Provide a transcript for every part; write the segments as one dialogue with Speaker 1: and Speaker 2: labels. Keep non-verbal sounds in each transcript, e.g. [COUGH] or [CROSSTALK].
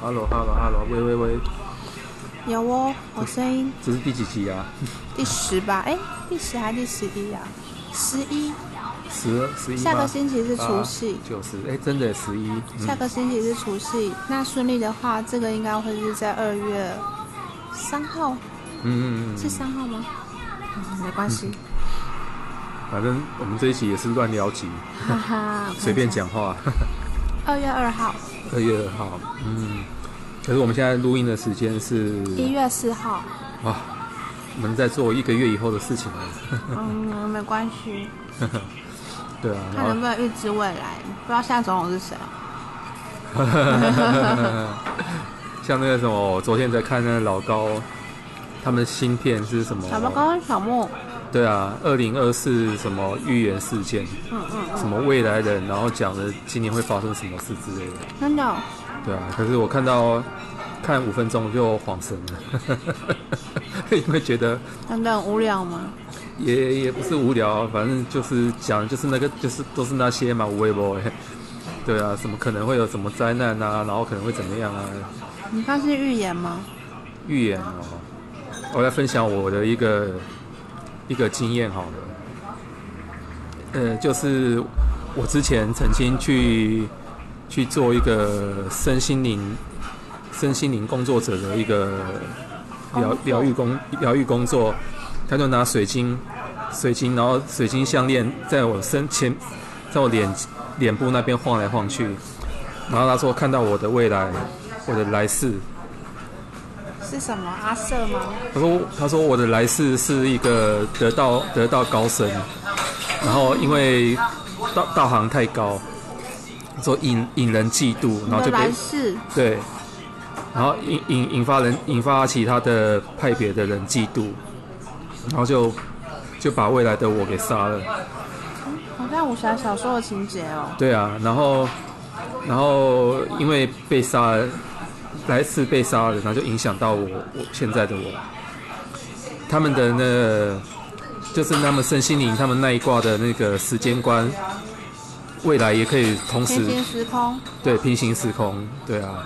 Speaker 1: Hello Hello Hello，喂喂喂，
Speaker 2: 有哦，我声音
Speaker 1: 这是第几集啊？
Speaker 2: 第十吧？哎，第十还是第十一啊？十一，
Speaker 1: 十十一吗？
Speaker 2: 下个星期是除夕
Speaker 1: 啊，就是哎，真的十一，嗯
Speaker 2: 下个星期是除夕。那顺利的话，这个应该会是在二月三号，
Speaker 1: 嗯嗯嗯
Speaker 2: 是三号吗？嗯没关系，
Speaker 1: 嗯，反正我们这一期也是乱聊集，
Speaker 2: 嗯哈 [LAUGHS] 哈，
Speaker 1: 随便。讲话。
Speaker 2: 二月二号，
Speaker 1: 二月二号，嗯，可是我们现在录音的时间是
Speaker 2: 一月四号，
Speaker 1: 哇，我们在做一个月以后的事情啊了，
Speaker 2: 嗯，没关系，
Speaker 1: 对啊，然
Speaker 2: 看
Speaker 1: 后
Speaker 2: 能不能预知未来。不知道现在总统是谁，啊
Speaker 1: 像那个什么，我昨天在看那个老高，他们芯片是什么？
Speaker 2: 小猫跟小木，
Speaker 1: 对啊，二零二四什么预言事件，
Speaker 2: 嗯嗯，
Speaker 1: 什么未来人，然后讲的今年会发生什么事之类的。
Speaker 2: 真的，
Speaker 1: 对啊，可是我看到看五分钟就恍神了， [LAUGHS] 因为觉得
Speaker 2: 真的很无聊吗？
Speaker 1: 也也不是无聊，啊反正就是讲就是那个就是都是那些嘛，无微博。对啊，什么可能会有什么灾难啊，然后可能会怎么样啊？
Speaker 2: 你看是预言吗？
Speaker 1: 预言哦，我来分享我的一个一个经验好了。呃，就是我之前曾经去去做一个身心灵身心灵工作者的一个疗
Speaker 2: 工作
Speaker 1: 疗愈工疗愈工作，他就拿水晶水晶，然后水晶项链在我身前，在我脸脸部那边晃来晃去，然后他说看到我的未来，我的来世，
Speaker 2: 是什么阿瑟吗？
Speaker 1: 他说：“他说我的来世是一个得道得道高僧，然后因为道道行太高，所以引引人嫉妒，然
Speaker 2: 你
Speaker 1: 后
Speaker 2: 的
Speaker 1: 就被
Speaker 2: 来世
Speaker 1: 对，然后引引引发人引发其他的派别的人嫉妒，然后就就把未来的我给杀了。
Speaker 2: 好像武侠小说的情节哦。
Speaker 1: 对啊，然后然后因为被杀了，来世被杀了，然后就影响到我我现在的我。他们的那个就是他们身心灵他们那一卦的那个时间观，未来也可以同时
Speaker 2: 平行时空、
Speaker 1: 对平行时空，对啊，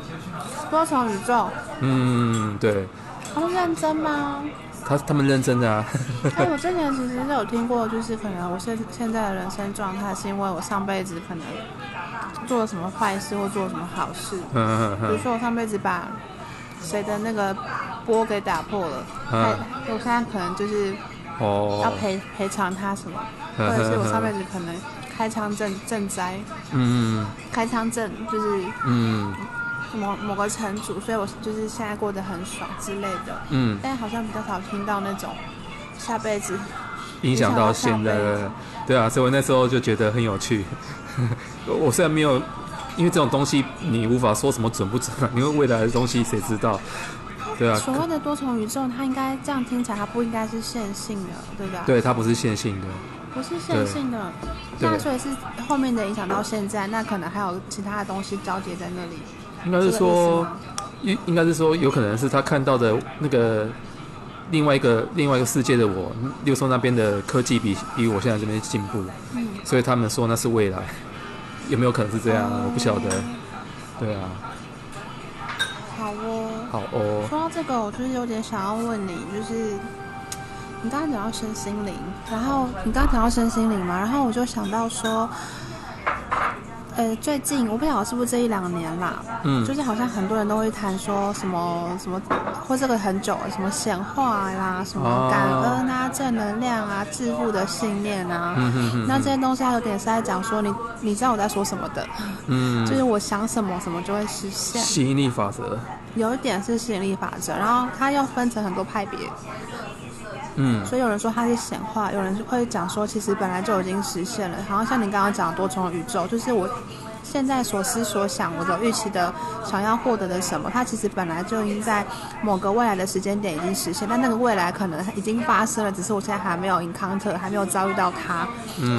Speaker 2: 多重宇宙，
Speaker 1: 嗯，对
Speaker 2: 他们认
Speaker 1: [LAUGHS]
Speaker 2: 真吗？
Speaker 1: 他他们认真的啊，
Speaker 2: 哎，我之前其实是有听过，就是可能我现现在的人生状态是因为我上辈子可能做了什么坏事或做了什么好事，
Speaker 1: 嗯嗯
Speaker 2: 比
Speaker 1: [LAUGHS]
Speaker 2: 如
Speaker 1: 嗯
Speaker 2: 说我上辈子把谁的那个波给打破了，
Speaker 1: 嗯
Speaker 2: 哎我现在可能就是要
Speaker 1: 哦，
Speaker 2: 赔赔偿他什么，或
Speaker 1: 嗯
Speaker 2: 者是我上辈
Speaker 1: 嗯
Speaker 2: 子可能开仓赈赈灾，
Speaker 1: 嗯
Speaker 2: 开仓赈就是
Speaker 1: 嗯
Speaker 2: 某某个城主，所以我就是现在过得很爽之类的。
Speaker 1: 嗯，
Speaker 2: 但好像比较少听到那种下辈子
Speaker 1: 啊影响到现在
Speaker 2: 影响到上辈
Speaker 1: 的
Speaker 2: 子，
Speaker 1: 对啊，所以我那时候就觉得很有趣。 [LAUGHS] 我虽然没有，因为这种东西你无法说什么准不准啊，因为未来的东西谁知道，对啊，
Speaker 2: 所谓的多重宇宙，它应该这样听起来，它不应该是线性的，对不对？，
Speaker 1: 对，它不是线性的，
Speaker 2: 不是线性的。
Speaker 1: 对啊
Speaker 2: 那所以是后面的影响到现在，那可能还有其他的东西交叠在那里。
Speaker 1: 应该是
Speaker 2: 这个意思
Speaker 1: 说
Speaker 2: 吗，
Speaker 1: 应应该是说，有可能是他看到的那个另外一个另外一个世界的我，例如说那边的科技比比我现在这边进步，
Speaker 2: 嗯
Speaker 1: 所以他们说那是未来，有没有可能是这样啊？我不晓得，对啊，
Speaker 2: 哦好哦。
Speaker 1: 好哦，
Speaker 2: 说到这个，我就是有点想要问你，就是你刚刚讲到身心灵，然后你刚刚讲到身心灵嘛，然后我就想到说，呃，最近我不晓得是不是这一两年啦，
Speaker 1: 嗯
Speaker 2: 就是好像很多人都会谈说什么什么，或这个很久了，什么显化啦，什
Speaker 1: 哦
Speaker 2: 么感恩啊、正能量啊、致富的信念啊，
Speaker 1: 嗯哼哼
Speaker 2: 那这些东西它有点是在讲说你你知道我在说什么的，
Speaker 1: 嗯
Speaker 2: 就。是我想什么什么就会实现。
Speaker 1: 吸引力法则，
Speaker 2: 有一点是吸引力法则，然后它又分成很多派别，
Speaker 1: 嗯，
Speaker 2: 所以有人说它是显化，有人会讲说其实本来就已经实现了。好像像你刚刚讲的多重宇宙，就是我现在所思所想，我的预期的想要获得的什么，它其实本来就已经在某个未来的时间点已经实现，但那个未来可能已经发生了，只是我现在还没有 encounter，还没有遭遇到它，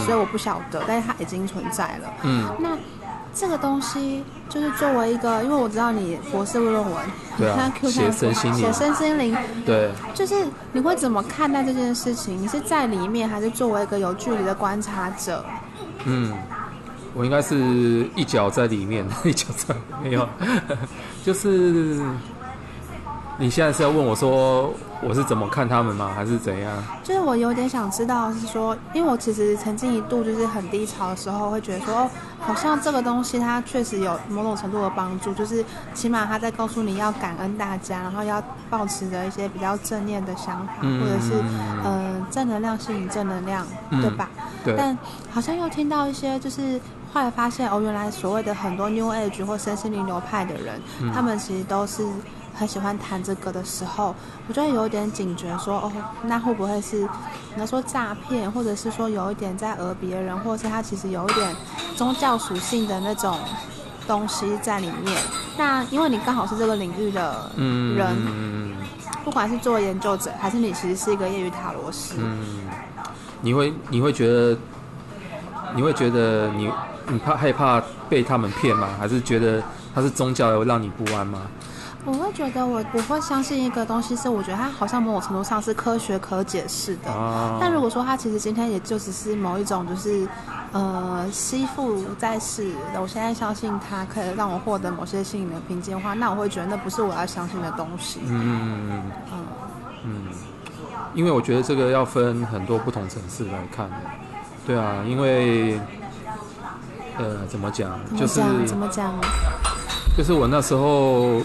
Speaker 2: 所以我不晓得，但是它已经存在了。
Speaker 1: 嗯，
Speaker 2: 那这个东西就是作为一个，因为我知道你博士论文，
Speaker 1: 对啊
Speaker 2: 你看 Q 上
Speaker 1: 写身心灵
Speaker 2: 写身心灵，
Speaker 1: 对，
Speaker 2: 就是你会怎么看待这件事情？你是在里面，还是作为一个有距离的观察者？
Speaker 1: 嗯，我应该是一脚在里面， [LAUGHS] 一脚在没有， [LAUGHS] 就是你现在是要问我说我是怎么看他们吗？还是怎样？
Speaker 2: 就是我有点想知道，是说，因为我其实曾经一度就是很低潮的时候，会觉得说，哦，好像这个东西它确实有某种程度的帮助，就是起码它在告诉你要感恩大家，然后要保持着一些比较正念的想法，
Speaker 1: 嗯
Speaker 2: 或者是呃正能量吸引正能量，
Speaker 1: 嗯
Speaker 2: 对吧？
Speaker 1: 对，
Speaker 2: 但好像又听到一些，就是后来发现哦，原来所谓的很多 New Age 或身心灵流派的人，
Speaker 1: 嗯
Speaker 2: 他们其实都是很喜欢谈这个的时候，我就会有点警觉说，哦，那会不会是你要说诈骗，或者是说有一点在讹别人，或者是他其实有一点宗教属性的那种东西在里面？那因为你刚好是这个领域的
Speaker 1: 嗯
Speaker 2: 人，
Speaker 1: 嗯
Speaker 2: 不管是做研究者，还是你其实是一个业余塔罗师，
Speaker 1: 嗯，你会你会觉得你会觉得你你怕害怕被他们骗吗？还是觉得他是宗教有让你不安吗？
Speaker 2: 我会觉得我我会相信一个东西，是我觉得它好像某种程度上是科学可解释的。
Speaker 1: 啊，
Speaker 2: 但如果说它其实今天也就只是某一种就是，呃，吸附在世，我现在相信它可以让我获得某些心灵的平静的话，那我会觉得那不是我要相信的东西。
Speaker 1: 嗯
Speaker 2: 嗯
Speaker 1: 嗯，因为我觉得这个要分很多不同层次来看的，对啊，因为呃怎么讲，
Speaker 2: 怎
Speaker 1: 就
Speaker 2: 么
Speaker 1: 是
Speaker 2: 讲？嗯怎么讲？
Speaker 1: 就是我那时候，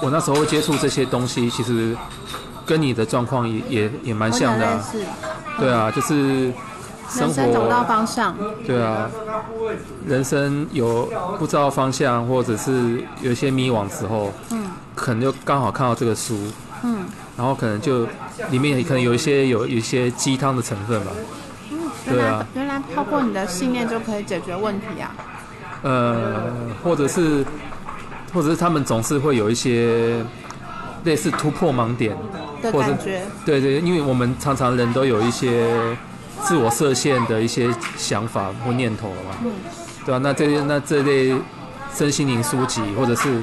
Speaker 1: 我那时候接触这些东西，其实跟你的状况也也也蛮
Speaker 2: 我
Speaker 1: 像
Speaker 2: 想
Speaker 1: 的啊、
Speaker 2: 认识
Speaker 1: 对啊，就是生
Speaker 2: 哦人生找不到
Speaker 1: 活，
Speaker 2: 方向，
Speaker 1: 对啊，人生有不知道方向，或者是有一些迷惘之后，
Speaker 2: 嗯
Speaker 1: 可能就刚好看到这个书，
Speaker 2: 嗯
Speaker 1: 然后可能就里面也可能有一些有有一些鸡汤的成分吧，
Speaker 2: 嗯，原
Speaker 1: 对
Speaker 2: 来、
Speaker 1: 啊
Speaker 2: 原来透过你的信念就可以解决问题啊！
Speaker 1: 呃，或者是或者是他们总是会有一些类似突破盲点，
Speaker 2: 的
Speaker 1: 或者
Speaker 2: 感觉，
Speaker 1: 对对，因为我们常常人都有一些自我设限的一些想法或念头嘛，
Speaker 2: 嗯
Speaker 1: 对啊吧、那这些那这类身心灵书籍，或者是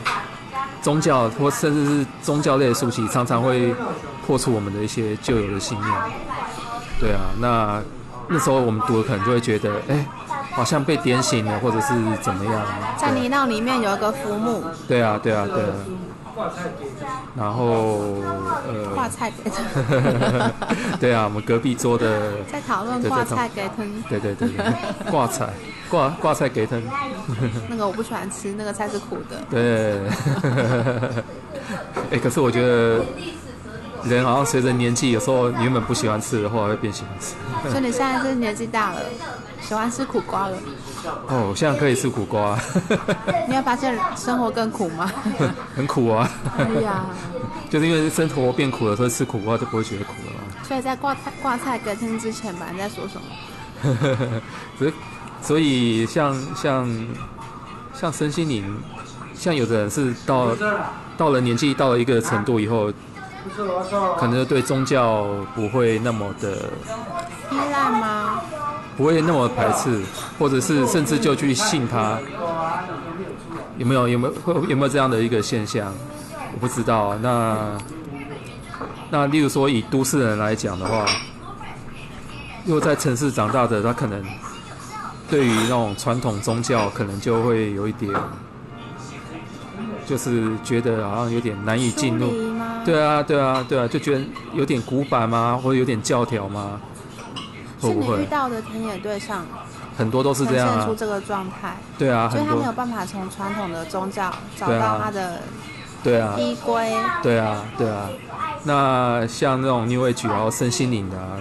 Speaker 1: 宗教或甚至是宗教类的书籍，常常会破除我们的一些旧有的信念。对啊，那那时候我们读的可能就会觉得，哎，好像被点醒了，或者是怎么样。
Speaker 2: 在泥淖里面有一个浮木，
Speaker 1: 对啊，对啊，对啊。然后
Speaker 2: 挂
Speaker 1: 呃，
Speaker 2: 菜给
Speaker 1: [LAUGHS] 对啊，我们隔壁桌的
Speaker 2: 在讨论
Speaker 1: 对
Speaker 2: 挂
Speaker 1: 在讨
Speaker 2: 菜给藤，
Speaker 1: 对对对对，挂菜挂挂菜给他，
Speaker 2: 那个我不喜欢吃，那个菜是苦的。
Speaker 1: 对。 [LAUGHS] 哎、可是我觉得人好像随着年纪，有时候你原本不喜欢吃的，后来会变喜欢吃。
Speaker 2: 所以你现在是年纪大了，喜欢吃苦瓜了，
Speaker 1: 哦，我现在可以吃苦瓜， [LAUGHS]
Speaker 2: 你有发现生活更苦吗？
Speaker 1: 很苦啊。
Speaker 2: 哎呀，
Speaker 1: 就是因为生活变苦了，所以吃苦瓜就不会觉得苦了嘛。
Speaker 2: [LAUGHS] 所以在挂菜挂菜给藤之前吧，你在说什么？
Speaker 1: [LAUGHS] 所以，所以像像像身心灵，像有的人是到到了年纪到了一个程度以后，可能就对宗教不会那么的
Speaker 2: 依赖吗？
Speaker 1: 不会那么排斥，或者是甚至就去信他，有没有有没有会有没有这样的一个现象？我不知道。啊那那例如说以都市人来讲的话，又在城市长大的他可能对于那种传统宗教可能就会有一点，就是觉得好像有点难以进入
Speaker 2: 疏。离吗？，
Speaker 1: 对啊，对啊，对啊，就觉得有点古板吗？或者有点教条吗？会
Speaker 2: 是
Speaker 1: 不
Speaker 2: 你遇
Speaker 1: 会
Speaker 2: 到的田野对象
Speaker 1: 很多都是
Speaker 2: 呈
Speaker 1: 这样
Speaker 2: 现
Speaker 1: 啊
Speaker 2: 出？这个状态，
Speaker 1: 对啊，
Speaker 2: 所以
Speaker 1: 很
Speaker 2: 他没
Speaker 1: 多
Speaker 2: 有办法从传统的宗教找
Speaker 1: 对啊
Speaker 2: 到他的
Speaker 1: 对啊，
Speaker 2: 依归。
Speaker 1: 对啊，对啊。那像那种 New Age 然后身心灵的、啊，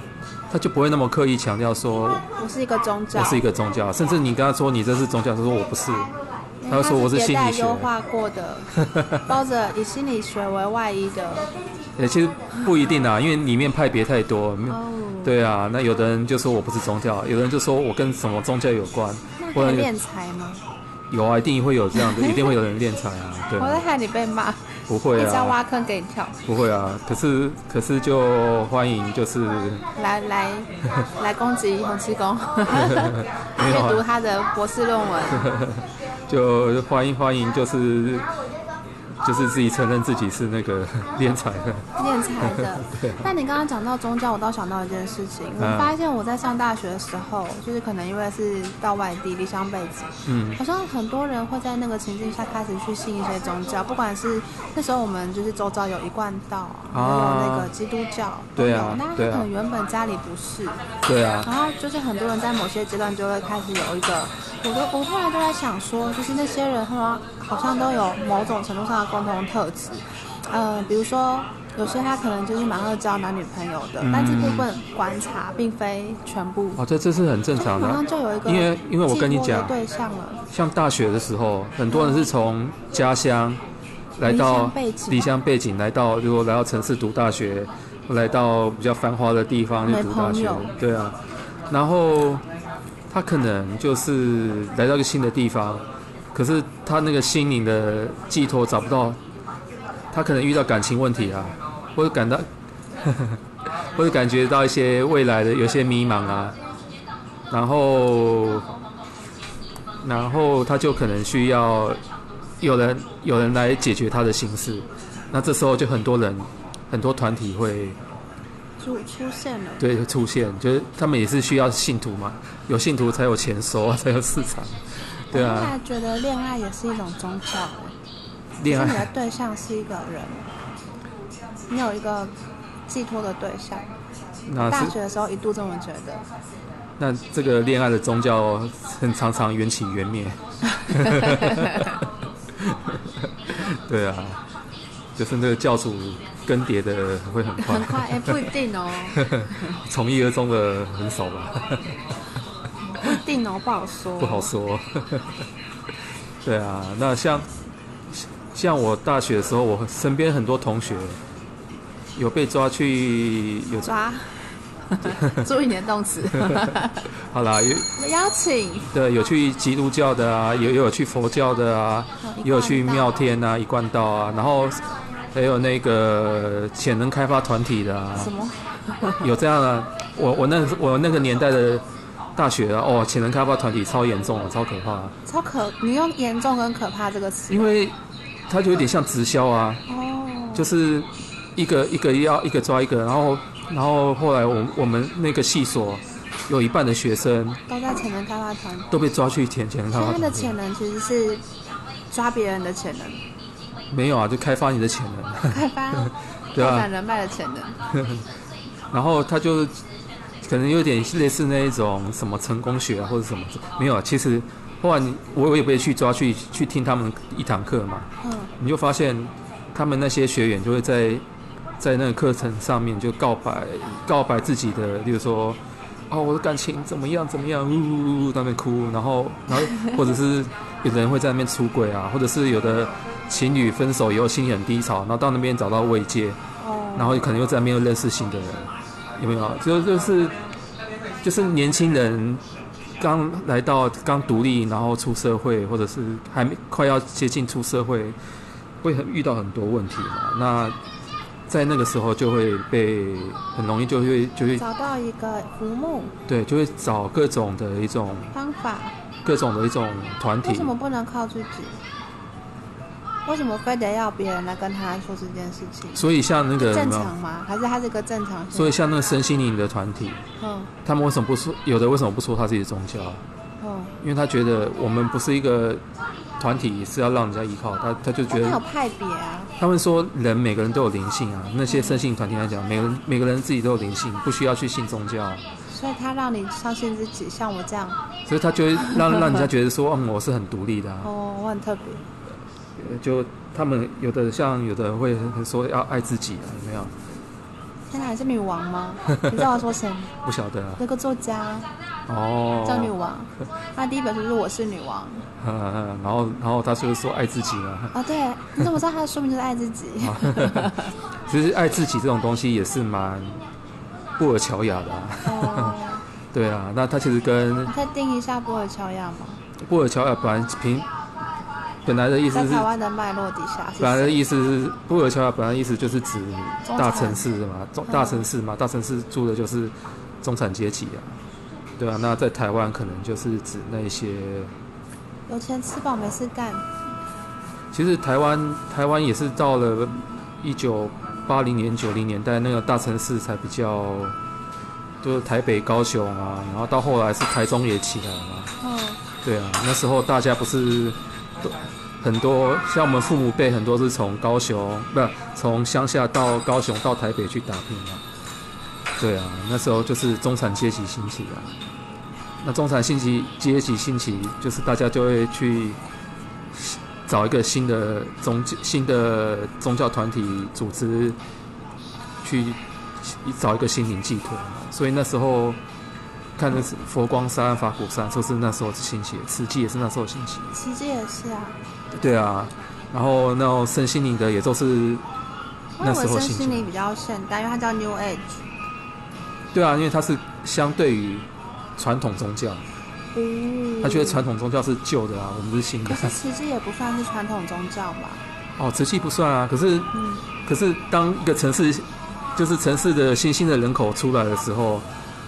Speaker 1: 他就不会那么刻意强调说
Speaker 2: 我是一个宗教，
Speaker 1: 我是一个宗教，甚至你跟他说你这是宗教，他说我不是。他就说我是心
Speaker 2: 它
Speaker 1: 理
Speaker 2: 是
Speaker 1: 学
Speaker 2: 迭代优化过的，
Speaker 1: [LAUGHS]
Speaker 2: 包着以心理学为外衣的。
Speaker 1: 呃，其实不一定啊，因为里面派别太多。没有
Speaker 2: 哦，
Speaker 1: 嗯对啊，那有的人就说我不是宗教，啊有的人就说我跟什么宗教有关。
Speaker 2: 那
Speaker 1: 我
Speaker 2: 可以敛财吗？
Speaker 1: 有啊，一定会有这
Speaker 2: [LAUGHS]
Speaker 1: 样的，一定会有人敛财啊，对
Speaker 2: 我在
Speaker 1: 啊，
Speaker 2: 害你被骂，
Speaker 1: 不
Speaker 2: 一
Speaker 1: 会
Speaker 2: 直要
Speaker 1: 啊，
Speaker 2: 挖坑给你跳。
Speaker 1: 不会啊。可是可是就欢迎就是
Speaker 2: 来来来攻击洪七公，
Speaker 1: [LAUGHS] 没有
Speaker 2: 阅
Speaker 1: 啊 [LAUGHS]
Speaker 2: 读他的博士论文。
Speaker 1: 就欢迎欢迎，就是就是自己承认自己是那
Speaker 2: [LAUGHS]
Speaker 1: 个敛财的，
Speaker 2: 敛财的
Speaker 1: [LAUGHS] 对。啊
Speaker 2: 但你刚刚讲到宗教，我倒想到一件事情，我
Speaker 1: 嗯
Speaker 2: 发现我在上大学的时候，就是可能因为是到外地离乡背景，
Speaker 1: 嗯
Speaker 2: 好像很多人会在那个情境下开始去信一些宗教，不管是那时候我们就是周遭有一贯道，然后有那个基督教，
Speaker 1: 啊
Speaker 2: 都
Speaker 1: 对
Speaker 2: 有
Speaker 1: 啊。
Speaker 2: 那他
Speaker 1: 对啊
Speaker 2: 可能原本家里不是，
Speaker 1: 对啊，
Speaker 2: 然后就是很多人在某些阶段就会开始有一个，我都我后来就在想说，就是那些人好像好像都有某种程度上的共同特质，呃，比如说有些他可能就是蛮会交男女朋友的，但
Speaker 1: 嗯
Speaker 2: 这部分观察并非全部，
Speaker 1: 哦，这这是很正常的
Speaker 2: 马
Speaker 1: 啊
Speaker 2: 上，就有一个
Speaker 1: 因为因为我跟你
Speaker 2: 寄托的
Speaker 1: 讲，
Speaker 2: 对象了，
Speaker 1: 像大学的时候，很多人是从家乡来
Speaker 2: 离
Speaker 1: 到
Speaker 2: 乡背景
Speaker 1: 离乡背景，来到如果来到城市读大学，来到比较繁华的地方去
Speaker 2: 没
Speaker 1: 读大
Speaker 2: 朋
Speaker 1: 学
Speaker 2: 友，
Speaker 1: 对啊，然后他可能就是来到一个新的地方，可是他那个心灵的寄托找不到，他可能遇到感情问题啊，或者感到， [LAUGHS] 或者感觉到一些未来的有些迷茫啊，然后，然后他就可能需要有人有人来解决他的心事，那这时候就很多人很多团体会
Speaker 2: 出出现了。
Speaker 1: 对会出现，就是他们也是需要信徒嘛，有信徒才有钱收啊，才有市场，对
Speaker 2: 我后
Speaker 1: 啊，
Speaker 2: 来觉得恋爱也是一种宗教，欸
Speaker 1: 恋
Speaker 2: 就是你的
Speaker 1: 爱
Speaker 2: 对象是一个人，你有一个寄托的对象。
Speaker 1: 那
Speaker 2: 大
Speaker 1: 啊是
Speaker 2: 学的时候一度这么觉得，
Speaker 1: 那这个恋爱的宗教很常常缘起缘灭，对啊，就是那个教主更迭的会很快
Speaker 2: 很，快哎、不一定哦，
Speaker 1: 从一而终的很少吧，
Speaker 2: 不一定哦，不好说。
Speaker 1: 不好说。 [LAUGHS] 对啊，那像像我大学的时候，我身边很多同学有被抓去有
Speaker 2: 抓， [LAUGHS] 注意你的动词。
Speaker 1: 好啦，有
Speaker 2: 邀请
Speaker 1: [LAUGHS] 对有去基督教的啊，也也有去佛教的啊，也有去庙天啊、一贯道啊，然后还有那个潜能开发团体的啊，
Speaker 2: 什么？
Speaker 1: 有这样的。我我那我那个年代的大学啊，哦，潜能开发团体超严重啊，超可怕、啊，
Speaker 2: 超可，你用严重跟可怕这个词
Speaker 1: 因为它就有点像直销啊，
Speaker 2: 哦，
Speaker 1: 就是一个一个要一个抓一个，然后然后后来我我们那个系所有一半的学生
Speaker 2: 都在潜能开发团，
Speaker 1: 都被抓去填潜能开
Speaker 2: 所以
Speaker 1: 发
Speaker 2: 他
Speaker 1: 团
Speaker 2: 的
Speaker 1: 体
Speaker 2: 潜能其实是抓别人的潜
Speaker 1: [LAUGHS]
Speaker 2: 能，
Speaker 1: 没有啊，就开发你的潜能，
Speaker 2: 开发
Speaker 1: [LAUGHS] 对
Speaker 2: 拓
Speaker 1: 啊
Speaker 2: 展，人脉的潜能。
Speaker 1: 然后他就可能有点类似那一种什么成功学啊，或者什么，没有啊。其实后来你我我也被去抓去去听他们一堂课嘛，
Speaker 2: 嗯，
Speaker 1: 你就发现他们那些学员就会在在那个课程上面就告白告白自己的，例如说。哦，我的感情怎么样？怎么样？呜呜呜呜，在那边哭，然后，然后，或者是有的人会在那边出轨啊，或者是有的情侣分手以后心情很低潮，然后到那边找到慰藉，然
Speaker 2: 哦，
Speaker 1: 后可能又在那边又认识新的人，有没有？就就是就是年轻人刚来到刚独立，然后出社会，或者是还没快要接近出社会，会很遇到很多问题嘛。那在那个时候就会被很容易就会就会
Speaker 2: 找到一个浮木
Speaker 1: 对就会找各种的一种
Speaker 2: 方法，
Speaker 1: 各种的一种团
Speaker 2: 为
Speaker 1: 体
Speaker 2: 什，么不能靠自己？为什么非得要别人来跟他说这件事情？
Speaker 1: 所以像那个有
Speaker 2: 正
Speaker 1: 没有？
Speaker 2: 常吗？还是他是个正常性？
Speaker 1: 所以像那个身心灵的团体，
Speaker 2: 嗯
Speaker 1: 他们为什么不说？有的为什么不说他自己的宗教啊？
Speaker 2: 嗯，
Speaker 1: 因为他觉得我们不是一个团体，是要让人家依靠他，他就觉
Speaker 2: 但他有
Speaker 1: 得
Speaker 2: 派别啊，
Speaker 1: 他们说人每个人都有灵性啊，那些身心团体来讲，每个人每个人自己都有灵性，不需要去信宗教，啊
Speaker 2: 所以他让你相信自己，像我这样，
Speaker 1: 所以他就会
Speaker 2: [LAUGHS]
Speaker 1: 让让人家觉得说，嗯，我是很独立的、啊，
Speaker 2: 哦，我很特别，
Speaker 1: 呃就他们有的像有的会说要爱自己啊，有没有？
Speaker 2: 天哪，你是女王
Speaker 1: [LAUGHS]
Speaker 2: 吗？你知道我说谁吗？
Speaker 1: 不晓得啊，
Speaker 2: 有个作家
Speaker 1: 哦，
Speaker 2: 叫女王，他第一本书就是《我是女王
Speaker 1: 嗯嗯嗯然后然后他就是说爱自己啊，》
Speaker 2: 啊，对，你怎么知道他的书名就是《爱自
Speaker 1: [LAUGHS]
Speaker 2: 己》？
Speaker 1: 其实爱自己这种东西也是蛮布尔乔亚的、啊，
Speaker 2: 哦，
Speaker 1: 对啊，那他其实跟
Speaker 2: 你再定一下波尔乔亚吗？
Speaker 1: 布尔乔亚本来平本来的意思
Speaker 2: 在
Speaker 1: 是
Speaker 2: 台，湾的脉络底下是
Speaker 1: 本来的
Speaker 2: 谁
Speaker 1: 意思是布尔乔亚本来的意思就是指
Speaker 2: 中
Speaker 1: 大
Speaker 2: 产
Speaker 1: 城市嘛，中
Speaker 2: 嗯
Speaker 1: 大城市嘛，大城市住的就是中产阶级啊，对啊，那在台湾可能就是指那些
Speaker 2: 有钱吃饱没事干，
Speaker 1: 其实台湾台湾也是到了一九八零年九零年代那个大城市才比较，就是台北、高雄啊，然后到后来是台中也起来了嘛。
Speaker 2: 嗯，
Speaker 1: 对啊，那时候大家不是都很多，像我们父母辈很多是从高雄，不从乡下到高雄到台北去打拼嘛。对啊，那时候就是中产阶级兴起啊。那中产兴起阶级兴起，就是大家就会去找一个新的宗教新的宗教团体组织，去找一个心灵寄托嘛。所以那时候看的是佛光山、法鼓山，就是那时候是兴起的，慈济也是那时候兴起的。
Speaker 2: 奇迹也是啊。
Speaker 1: 对啊，然后那种身心灵的也都是
Speaker 2: 我
Speaker 1: 那
Speaker 2: 以
Speaker 1: 时
Speaker 2: 为
Speaker 1: 候
Speaker 2: 身
Speaker 1: 兴起
Speaker 2: 心
Speaker 1: 的
Speaker 2: 灵比较现代，因为它叫 New Age。
Speaker 1: 对啊，因为它是相对于传统宗教，
Speaker 2: 哦
Speaker 1: 他觉得传统宗教是旧的啊，我们是新的
Speaker 2: [LAUGHS] 可。是奇迹也不算是传统宗教嘛。
Speaker 1: 哦，瓷器不算啊，可是
Speaker 2: 嗯，
Speaker 1: 可是当一个城市就是城市的新兴的人口出来的时候。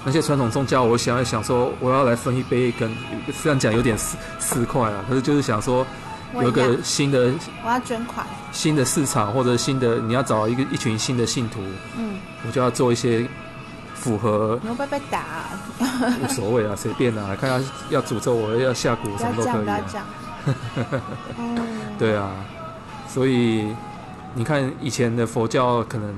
Speaker 1: 那些传统宗教，我想一想说，我要来分一杯羹，这样讲有点市市侩啊。可是就是想说，
Speaker 2: 我
Speaker 1: 有一
Speaker 2: 一样
Speaker 1: 个新的
Speaker 2: 我要捐款。
Speaker 1: 新的市场或者新的，你要找一个一群新的信徒，
Speaker 2: 嗯，
Speaker 1: 我就要做一些符
Speaker 2: [LAUGHS]
Speaker 1: 合
Speaker 2: 你会不会被打啊、
Speaker 1: 无所谓啊，随便啊，看要要诅咒我要下蛊
Speaker 2: 不
Speaker 1: 什
Speaker 2: 要
Speaker 1: 么都
Speaker 2: 这样，
Speaker 1: 可以、
Speaker 2: 不要
Speaker 1: 啊。
Speaker 2: 这样。
Speaker 1: [LAUGHS]
Speaker 2: 嗯，
Speaker 1: 对啊，所以你看以前的佛教可能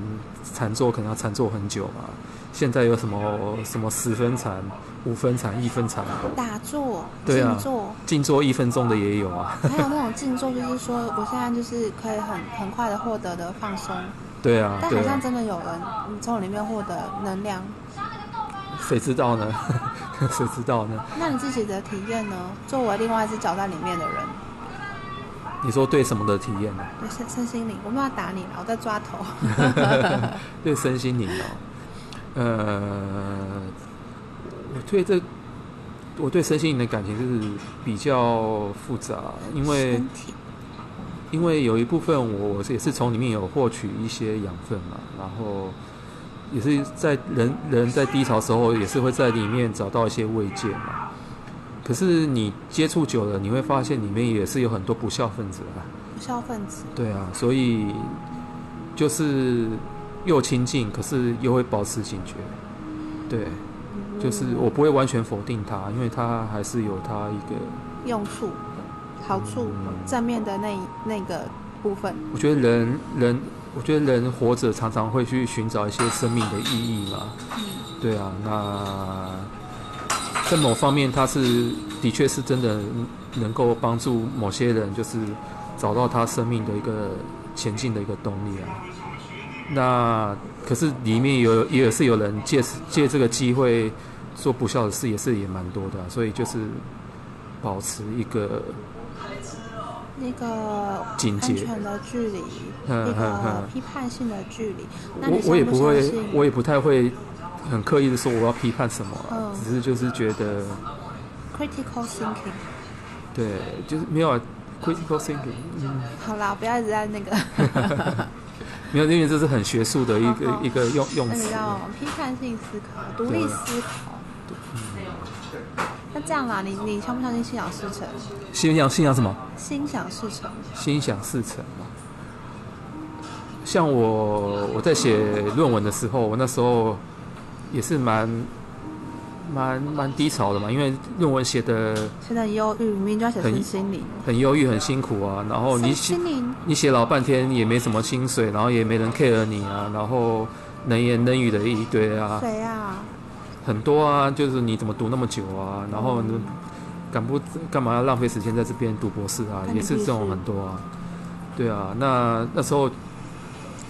Speaker 1: 禅坐可能要禅坐很久嘛，现在有什么什么十分禅、五分禅、一分禅，
Speaker 2: 打坐、
Speaker 1: 对啊
Speaker 2: 静坐，
Speaker 1: 静坐一分钟的也有啊。
Speaker 2: 还有那种静坐，就是说我现在就是可以很很快的获得的放松，
Speaker 1: 对啊，
Speaker 2: 但
Speaker 1: 对
Speaker 2: 好
Speaker 1: 啊
Speaker 2: 像，真的有人嗯从里面获得能量。
Speaker 1: 谁知道呢？ [LAUGHS] 谁知道呢？
Speaker 2: 那你自己的体验呢？作为另外一只脚在里面的人，
Speaker 1: 你说对什么的体验呢、
Speaker 2: 对身身心灵，我没有要打你了，我在抓头。
Speaker 1: 对身心灵哦，呃，我对这，我对身心灵的感情就是比较复杂，因为
Speaker 2: 身体
Speaker 1: 因为有一部分我我也是从里面有获取一些养分嘛，然后也是在人人在低潮时候也是会在里面找到一些慰藉嘛。可是你接触久了，你会发现里面也是有很多不孝分子啊。
Speaker 2: 不孝分子，
Speaker 1: 对啊，所以就是又亲近，可是又会保持警觉。对，
Speaker 2: 嗯
Speaker 1: 就是我不会完全否定它，因为它还是有它一个，
Speaker 2: 用处、好处、正面的那一那个部分。
Speaker 1: 我觉得人人，我觉得人活着常常会去寻找一些生命的意义嘛。
Speaker 2: 嗯，
Speaker 1: 对啊，那在某方面，它是的确是真的能够帮助某些人，就是找到他生命的一个前进的一个动力啊。那可是里面有也是有人借此借这个机会做不孝的事，也是也蛮多的啊、所以就是保持一个
Speaker 2: 那个
Speaker 1: 警
Speaker 2: 安
Speaker 1: 戒。
Speaker 2: 全的距离，
Speaker 1: 嗯
Speaker 2: 一
Speaker 1: 嗯
Speaker 2: 个
Speaker 1: 嗯
Speaker 2: 批判性的距离。那你
Speaker 1: 我我也
Speaker 2: 相
Speaker 1: 不
Speaker 2: 相
Speaker 1: 会
Speaker 2: 信，？
Speaker 1: 我也不太会很刻意的说我要批判什么啊、
Speaker 2: 嗯
Speaker 1: 只是就是觉得。
Speaker 2: critical thinking。
Speaker 1: 对，就是没有啊 critical thinking，嗯，
Speaker 2: 好啦，不要一直在
Speaker 1: [LAUGHS]
Speaker 2: 那个，
Speaker 1: 没有，因为这是很学术的一个、
Speaker 2: 好好
Speaker 1: 一个用用
Speaker 2: 那个
Speaker 1: 词。
Speaker 2: 叫批判性思考、独立思考。那这样啦，你你相不相信心想事成？
Speaker 1: 心想信仰什么？
Speaker 2: 心想事成，
Speaker 1: 心想事成嘛。像我我在写论文的时候，我那时候也是蛮蛮蛮低潮的嘛，因为论文写的
Speaker 2: 现在忧郁，明明就要写
Speaker 1: 很
Speaker 2: 身心灵，
Speaker 1: 很忧郁、很辛苦啊，然后你
Speaker 2: 身
Speaker 1: 写
Speaker 2: 心灵
Speaker 1: 你写老半天也没什么薪水，然后也没人 care 你啊，然后能言能语的一堆啊，
Speaker 2: 谁啊？
Speaker 1: 很多啊，就是你怎么读那么久啊？然后你敢不干嘛要浪费时间在这边读博士啊？
Speaker 2: 干你
Speaker 1: 也是这
Speaker 2: 屁
Speaker 1: 种
Speaker 2: 事
Speaker 1: 很多啊，对啊。那那时候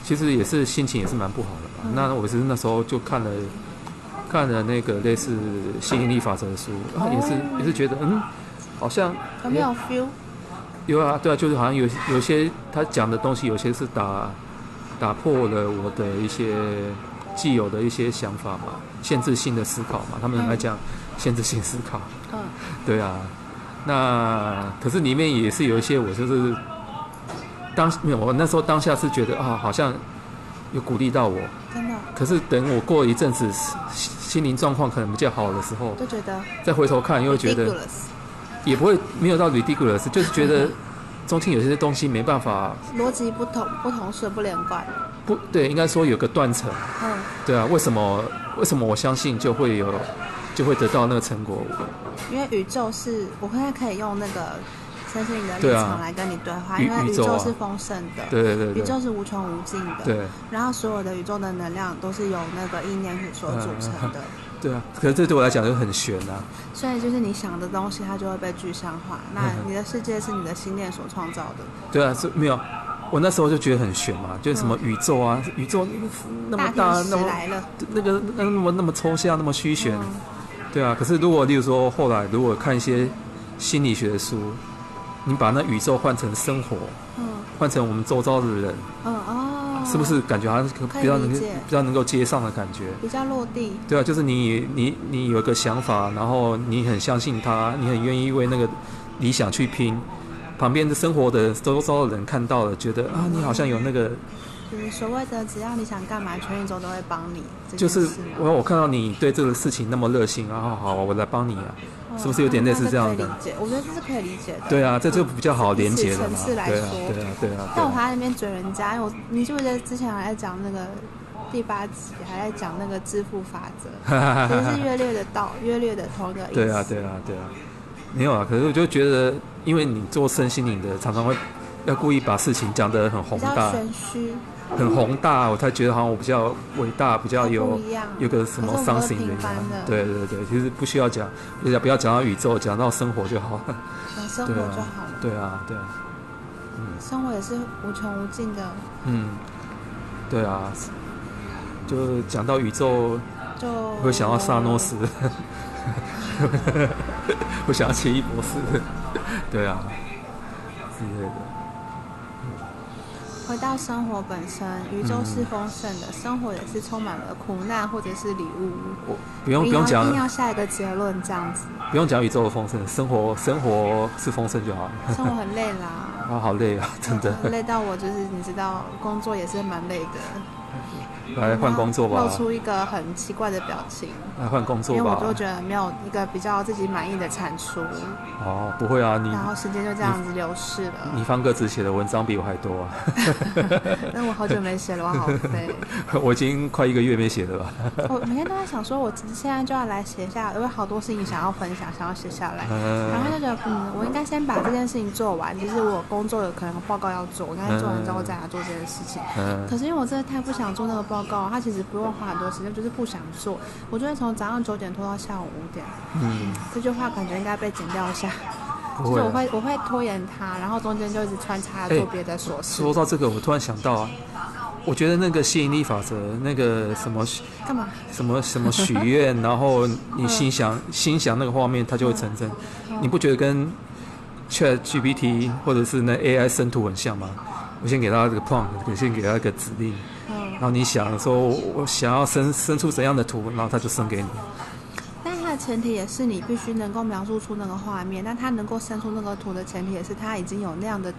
Speaker 1: 其实也是心情也是蛮不好的嘛。
Speaker 2: 嗯
Speaker 1: 那我是那时候就看了看了那个类似吸引力法则的书，然后也是
Speaker 2: 哦
Speaker 1: 也是觉得嗯，好像
Speaker 2: 有没有
Speaker 1: 哎
Speaker 2: feel？
Speaker 1: 有啊，对啊，就是好像有有些他讲的东西，有些是打打破了我的一些既有的一些想法嘛，限制性的思考嘛，他们
Speaker 2: 嗯
Speaker 1: 来讲限制性思考，
Speaker 2: 嗯，
Speaker 1: 对啊。那可是里面也是有一些我就是当没有，我那时候当下是觉得啊，好像有鼓励到我，
Speaker 2: 真的
Speaker 1: 可是等我过一阵子心心灵状况可能比较好的时候，
Speaker 2: 就觉得
Speaker 1: 再回头看又会觉得
Speaker 2: ridiculous
Speaker 1: 也不会没有到 ridiculous，就是觉得。中间有些东西没办法，
Speaker 2: 逻辑不同，不同水不连贯。
Speaker 1: 不对，应该说有个断层，
Speaker 2: 嗯，
Speaker 1: 对啊，为什么为什么我相信就会有就会得到那个成果？
Speaker 2: 因为宇宙是，我现在可以用那个身心灵的立
Speaker 1: 对啊
Speaker 2: 场来跟你对话，
Speaker 1: 宇
Speaker 2: 因为
Speaker 1: 宇
Speaker 2: 宇
Speaker 1: 宙啊
Speaker 2: 宙是丰盛的，
Speaker 1: 对对对
Speaker 2: 宇
Speaker 1: 对
Speaker 2: 宙是无穷无尽的，
Speaker 1: 对
Speaker 2: 然后所有的宇宙的能量都是由那个意念所组成
Speaker 1: [LAUGHS]
Speaker 2: 的，
Speaker 1: 对啊，可是这对我来讲就很悬啊。
Speaker 2: 所以就是你想的东西，它就会被具象化。那
Speaker 1: 嗯
Speaker 2: 你的世界是你的心念所创造的，
Speaker 1: 对啊，是没有。我那时候就觉得很悬嘛，就是什么宇宙啊，宇宙那么大，那
Speaker 2: 嗯天使
Speaker 1: 么
Speaker 2: 来了，
Speaker 1: 那个那么那么抽象，那么虚悬，
Speaker 2: 嗯
Speaker 1: 对啊。可是如果例如说后来如果看一些心理学的书，你把那宇宙换成生活，
Speaker 2: 嗯
Speaker 1: 换成我们周遭的人，
Speaker 2: 嗯哦，
Speaker 1: 是不是感觉好像可
Speaker 2: 可以
Speaker 1: 比较能
Speaker 2: 理
Speaker 1: 够
Speaker 2: 解
Speaker 1: 比较能够接上的感觉？
Speaker 2: 比较落地？
Speaker 1: 对啊，就是你你你有一个想法，然后你很相信它，你很愿意为那个理想去拼。旁边的生活的周遭的人看到了，觉得啊，你好像有那个
Speaker 2: 就是所谓的，只要你想干嘛，全宇宙都会帮你。这
Speaker 1: 就
Speaker 2: 件
Speaker 1: 是
Speaker 2: 事吗
Speaker 1: 我我看到你对这个事情那么热心，然后好，我来帮你啊，是不是有点类似这样
Speaker 2: 嗯那
Speaker 1: 的
Speaker 2: 可以？理解，我觉得这是可以理解的。
Speaker 1: 对啊，这就比较好连接了
Speaker 2: 层
Speaker 1: 嘛，
Speaker 2: 次
Speaker 1: 对啊，
Speaker 2: 来
Speaker 1: 对啊
Speaker 2: 说，
Speaker 1: 对啊，对啊。
Speaker 2: 但我还在那边追人家，因为我你记不记得之前还在讲那个第八集，还在讲那个致富法则，
Speaker 1: [LAUGHS]
Speaker 2: 其实是约略的到，约略的同一个意思。
Speaker 1: 对啊，对啊，对啊，没有啊。可是我就觉得，因为你做身心灵的，常常会要故意把事情讲得很宏
Speaker 2: 比较
Speaker 1: 大，
Speaker 2: 玄虚，
Speaker 1: 很宏大，我才觉得好像我比较伟大，比较
Speaker 2: 它
Speaker 1: 有
Speaker 2: 不一样
Speaker 1: 有个什么
Speaker 2: 可是我们都
Speaker 1: something 的
Speaker 2: 平凡的
Speaker 1: 对对对，其实不需要讲，不要不要讲到宇宙，讲到生活就好了。 [LAUGHS]
Speaker 2: 讲生活
Speaker 1: 对
Speaker 2: 就
Speaker 1: 啊
Speaker 2: 好了。
Speaker 1: 对啊，对啊。
Speaker 2: 生活也是无穷无尽的，
Speaker 1: 嗯，对啊，就讲到宇宙，
Speaker 2: 就
Speaker 1: 会想到萨诺斯， [LAUGHS] 会想到奇异博士，对啊，之类的，
Speaker 2: 回到生活本身，宇宙是丰盛的，生活也是充满了苦难或者是礼物。
Speaker 1: 嗯我不用不用
Speaker 2: 一
Speaker 1: 讲
Speaker 2: 定，要下一个结论这样子，
Speaker 1: 不用讲宇宙的丰盛，生活生活是丰盛就好了。
Speaker 2: [LAUGHS] 生活很累啦，
Speaker 1: 啊，好累啊， [LAUGHS] 真的，
Speaker 2: 累到我就是你知道，工作也是蛮累的。
Speaker 1: 来换工作吧
Speaker 2: 露，出一个很奇怪的表情，
Speaker 1: 来换工
Speaker 2: 因为
Speaker 1: 作
Speaker 2: 我就
Speaker 1: 吧。
Speaker 2: 觉得没有一个比较自己满意的产出，
Speaker 1: 哦，不会啊，你
Speaker 2: 然后时间就这样子流逝了。 [LAUGHS]
Speaker 1: 你方格子写的文章比我还多 [LAUGHS] 啊，
Speaker 2: 那我好久没写了，我好
Speaker 1: [LAUGHS]
Speaker 2: 废。
Speaker 1: 我已经快一个月没写了吧。
Speaker 2: 我每天都在想说，我现在就要来写下，因为好多事情想要分享，想要写下来。然后
Speaker 1: 嗯，
Speaker 2: 就觉得，嗯，我应该先把这件事情做完，就是我工作有可能报告要做，我应该做完之后再来做这件事情。
Speaker 1: 嗯
Speaker 2: 可是因为我真的太不想做那个报告，它其实不用花很多时间，就是不想做。我就会从早上九点拖到下午五点。
Speaker 1: 嗯，
Speaker 2: 这句话感觉应该被剪掉一下，
Speaker 1: 不会
Speaker 2: 就是
Speaker 1: 啊
Speaker 2: 我。会我会拖延它，然后中间就一直穿插
Speaker 1: 哎
Speaker 2: 做别的琐事。
Speaker 1: 说到这个，我突然想到啊，我觉得那个吸引力法则，那个什么
Speaker 2: 干嘛？
Speaker 1: 什么什么许愿，然后你心想心想那个画面，它就会成真。你不觉得跟 Chat GPT 或者是那 AI 生图很像吗？我先给他这个 prompt，我先给他一个指令，
Speaker 2: 嗯
Speaker 1: 然，后你想说我我想要生生出怎样的图，然后它就生给你。
Speaker 2: 但它的前提也是你必须能够描述出那个画面。那它能够生出那个图的前提也是它已经有那样的，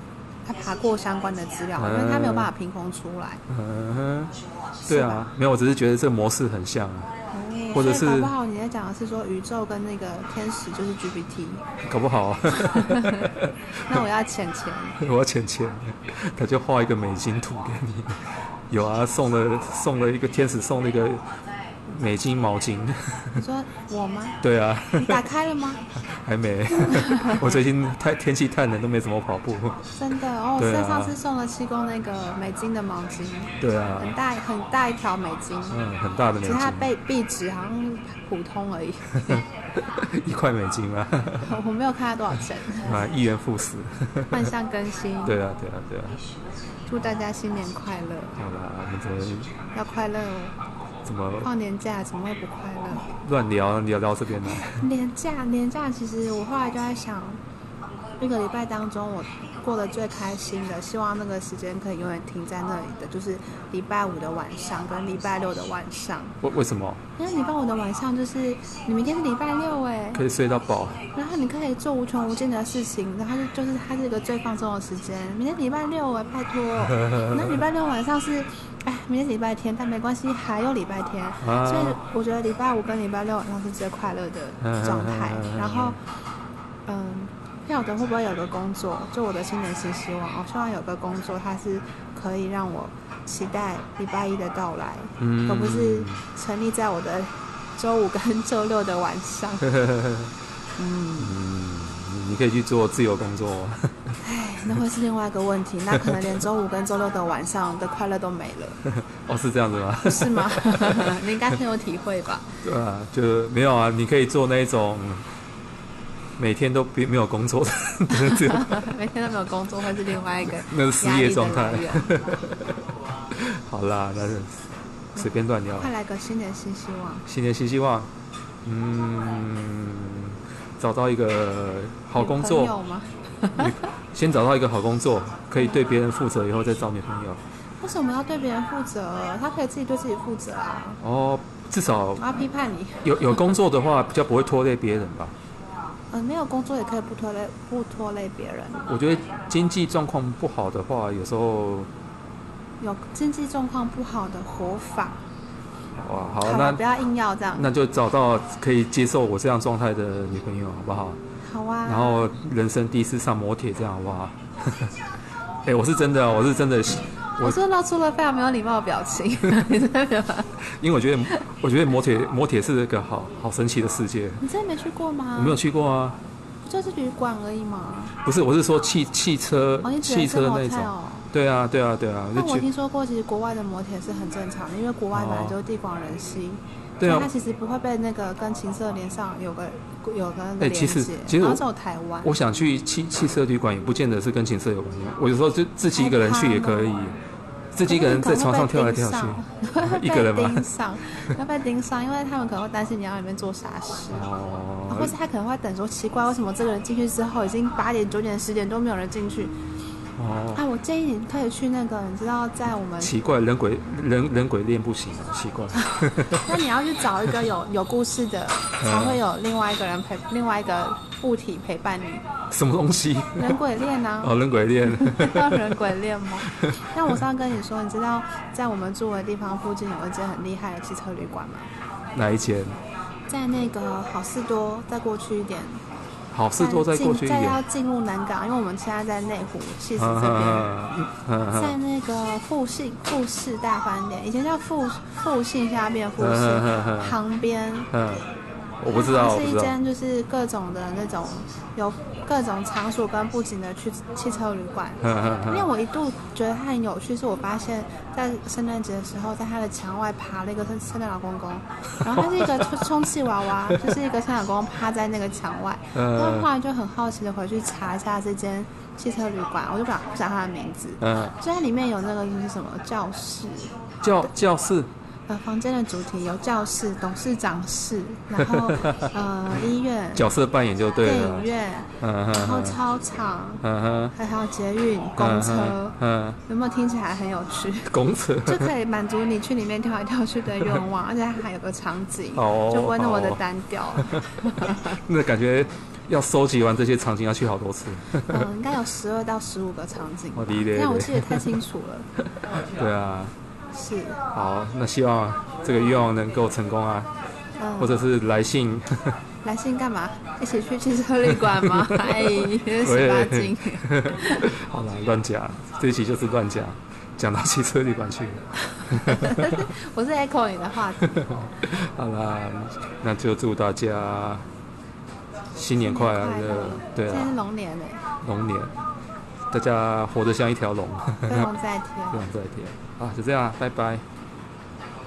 Speaker 2: 它爬过相关的资料，
Speaker 1: 啊
Speaker 2: 因为它没有办法凭空出来。
Speaker 1: 嗯，对啊，没有，我只是觉得这模式很像啊，
Speaker 2: 哦
Speaker 1: 或者
Speaker 2: 所以搞
Speaker 1: 是
Speaker 2: 不好你在讲的是说宇宙跟那个天使就是 GPT，
Speaker 1: 搞不好、啊
Speaker 2: 那我要浅
Speaker 1: [LAUGHS]
Speaker 2: 浅。
Speaker 1: 我要钱钱，他就画一个美金图给你。有啊，送了送了一个天使送了一个美金毛巾，
Speaker 2: 你说我吗？
Speaker 1: 对啊， [LAUGHS]
Speaker 2: 你打开了吗？
Speaker 1: 还没。我最近太天气太冷，都没怎么跑步。
Speaker 2: 真的哦，
Speaker 1: 对啊
Speaker 2: 上上次送了七公那个美金的毛巾，
Speaker 1: 对啊，
Speaker 2: 很大很大一条美金，
Speaker 1: 嗯，很大的美
Speaker 2: 其实它
Speaker 1: 金，
Speaker 2: 被壁纸好像普通而已， [LAUGHS]
Speaker 1: 一块美金啊，
Speaker 2: 我没有看它多少
Speaker 1: [LAUGHS]
Speaker 2: 钱。
Speaker 1: 啊，一元复始。
Speaker 2: 万象更新，
Speaker 1: 对啊，对啊，对啊。
Speaker 2: 祝大家新年快乐，
Speaker 1: 好啦，我们怎么
Speaker 2: 要快乐哦！
Speaker 1: 怎么
Speaker 2: 放年假怎么会不快乐？
Speaker 1: 乱聊聊到这边来？
Speaker 2: 年假年假，其实我后来就在想，一个礼拜当中我过得最开心的，希望那个时间可以永远停在那里的，就是礼拜五的晚上跟礼拜六的晚上。
Speaker 1: 为为什么
Speaker 2: 因为礼拜五的晚上就是你明天是礼拜六哎，
Speaker 1: 可以睡到饱？
Speaker 2: 然后你可以做无穷无尽的事情，然后就就是它是一个最放松的时间。明天礼拜六哎，拜
Speaker 1: [LAUGHS]
Speaker 2: 托，那礼拜六晚上是，哎，明天礼拜天，但没关系，还有礼拜天，
Speaker 1: 啊
Speaker 2: 所以我觉得礼拜五跟礼拜六晚上是最快乐的状态
Speaker 1: 嗯嗯嗯嗯嗯。嗯
Speaker 2: 然后，嗯，那我的会不会有个工作？就我的新年新希望，我希望有个工作，它是可以让我期待礼拜一的到来，
Speaker 1: 嗯，
Speaker 2: 而不是成立在我的周五跟周六的晚
Speaker 1: [LAUGHS]
Speaker 2: 上。嗯
Speaker 1: 嗯你可以去做自由工作哦。
Speaker 2: 唉，那会是另外一个问题。那可能连周五跟周六的晚上的快乐都没了，
Speaker 1: 哦，是这样子吗？
Speaker 2: 不是吗？ [LAUGHS] 你应该很有体会吧？
Speaker 1: 对啊，就没有啊，你可以做那种每天都没没有工作的，这种
Speaker 2: 每天都没有工作，会是另外一个
Speaker 1: 那是失
Speaker 2: 压
Speaker 1: 业
Speaker 2: 力的
Speaker 1: 状态
Speaker 2: 来。源。
Speaker 1: 好啦，那是随便乱聊。
Speaker 2: 快来个新年新希望。
Speaker 1: 新年新希望，嗯，找到一个好工
Speaker 2: 女朋
Speaker 1: 作，
Speaker 2: 友吗？
Speaker 1: 先找到一个好工作，可以对别人负责，以后再找女朋友。
Speaker 2: 为什么要对别人负责？他可以自己对自己负责啊！
Speaker 1: 哦，至少
Speaker 2: 我要批判你，
Speaker 1: 有有工作的话，比较不会拖累别人吧。
Speaker 2: 呃，没有工作也可以不拖累，不拖累别人。
Speaker 1: 我觉得经济状况不好的话，有时候
Speaker 2: 有经济状况不好的活法，
Speaker 1: 哇，好
Speaker 2: 好
Speaker 1: 那
Speaker 2: 了，不要硬要这样。
Speaker 1: 那就找到可以接受我这样状态的女朋友，好不好？
Speaker 2: 好啊。
Speaker 1: 然后人生第一次上摩铁，这样好不好？ [LAUGHS] 哎、我是真的，我是真的，我
Speaker 2: 我是露出了非常没有礼貌的表情，
Speaker 1: [LAUGHS]
Speaker 2: 你真的没有办法
Speaker 1: 因为我觉得，我觉得摩铁摩铁是个好好神奇的世界，
Speaker 2: 你真的没去过吗？
Speaker 1: 我没有，去过啊。
Speaker 2: 不就是旅馆而已嘛。
Speaker 1: 不是，我是说汽汽车、
Speaker 2: 哦，你只
Speaker 1: 汽
Speaker 2: 能是
Speaker 1: 车的那
Speaker 2: hotel
Speaker 1: 种。
Speaker 2: 哦。
Speaker 1: 对啊，对啊，对啊，
Speaker 2: 但
Speaker 1: 就
Speaker 2: 我
Speaker 1: 觉
Speaker 2: 听说过，其实国外的摩铁是很正常的，因为国外本来就是地广人稀，
Speaker 1: 对
Speaker 2: 所
Speaker 1: 啊
Speaker 2: 以它。其实不会被那个跟情色连上有个有个
Speaker 1: 哎
Speaker 2: 连
Speaker 1: 其实
Speaker 2: 接。
Speaker 1: 其实
Speaker 2: 然后
Speaker 1: 我
Speaker 2: 只有台湾。
Speaker 1: 我想去汽汽车旅馆，也不见得是跟情色有关系。我有时候就自己一个人去也可以，自己一个人在床上跳来跳去。
Speaker 2: 去 [LAUGHS]
Speaker 1: 一个人吗
Speaker 2: 被盯上，要被盯上，因为他们可能会担心你要里面做傻事，啊
Speaker 1: 哦
Speaker 2: 或是他可能会等说奇怪，为什么这个人进去之后已经八点、九点、十点都没有人进去？
Speaker 1: 哦，
Speaker 2: 啊，我建议你可以去那个，你知道在我们，
Speaker 1: 奇怪，人鬼人人鬼恋不行啊，奇怪。
Speaker 2: 那你要去找一个有有故事的，
Speaker 1: 嗯
Speaker 2: 才会有另外一个人陪，另外一个物体陪伴你。
Speaker 1: 什么东西？
Speaker 2: 人鬼恋
Speaker 1: [LAUGHS]
Speaker 2: 啊，
Speaker 1: 哦，人鬼恋。
Speaker 2: 要人鬼恋吗？那我上次跟你说，你知道在我们住的地方附近有一间很厉害的汽车旅馆吗？
Speaker 1: 哪一间？
Speaker 2: 在那个好事多再过去一点，
Speaker 1: 好事多再过去一
Speaker 2: 再要
Speaker 1: 点。
Speaker 2: 进入南港，因为我们现在在内湖戏子
Speaker 1: 嗯
Speaker 2: 这边。
Speaker 1: 嗯嗯
Speaker 2: 在
Speaker 1: 嗯
Speaker 2: 那个复兴复式大饭店，以前叫复复兴，现在变复
Speaker 1: 嗯
Speaker 2: 兴
Speaker 1: 嗯嗯嗯
Speaker 2: 旁边，
Speaker 1: 嗯，我不知道，
Speaker 2: 它
Speaker 1: 我
Speaker 2: 是
Speaker 1: 不
Speaker 2: 一
Speaker 1: 知道。
Speaker 2: 间就是各种的那种有各种场所跟布景的去汽车旅馆。
Speaker 1: 嗯
Speaker 2: 因为
Speaker 1: 嗯
Speaker 2: 我一度觉得它很有趣，是我发现，在圣诞节的时候，在它的墙外爬了一个圣圣诞老公
Speaker 1: [LAUGHS]
Speaker 2: 公，然后它是一个充充气娃娃，就是一个圣诞老公公趴在那个墙外。然后后
Speaker 1: 嗯
Speaker 2: 来就很好奇的回去查一下这间汽车旅馆，我就不想不讲它的名字。
Speaker 1: 嗯，
Speaker 2: 就在里面有那个就是什么教室，
Speaker 1: 教教室
Speaker 2: 呃，房间的主题有教室、董事长室，然后呃医院、
Speaker 1: 角色扮演就对
Speaker 2: 电
Speaker 1: 了
Speaker 2: 影。院，
Speaker 1: 嗯
Speaker 2: 然后
Speaker 1: 嗯
Speaker 2: 操场，
Speaker 1: 嗯哼，
Speaker 2: 还有捷运、公车，
Speaker 1: 嗯，
Speaker 2: 有没有听起来很有 [LAUGHS] 趣？
Speaker 1: 公车。
Speaker 2: 就可以满足你去里面跳来跳去的愿望，而且它还有个场景，
Speaker 1: 哦
Speaker 2: 就不会那么的
Speaker 1: 哦
Speaker 2: 单调。
Speaker 1: 那感觉要收集完这些场景要去好多次。
Speaker 2: 嗯，应该有十二到十五个场景吧
Speaker 1: 我，理解
Speaker 2: 但我记得太清楚了。
Speaker 1: 对啊，
Speaker 2: 是，
Speaker 1: 好，那希望这个愿望能够成功啊，
Speaker 2: 嗯，
Speaker 1: 或者是来信。 [LAUGHS]
Speaker 2: 来信干嘛？一起去汽车旅馆 [LAUGHS] 吗？哎，十八禁。
Speaker 1: 好了，乱讲，这一期就是乱讲，讲到汽车旅馆去了。 [LAUGHS]
Speaker 2: 我是 echo 你的话题，
Speaker 1: 好啦，那就祝大家新年快
Speaker 2: 新年快
Speaker 1: 乐
Speaker 2: 乐！
Speaker 1: 对
Speaker 2: 今天
Speaker 1: 啊，
Speaker 2: 是龙年呢，
Speaker 1: 龙年，大家活得像一条龙， [LAUGHS]
Speaker 2: 飞龙在天。
Speaker 1: 这样再见啊，就这样啊，拜拜。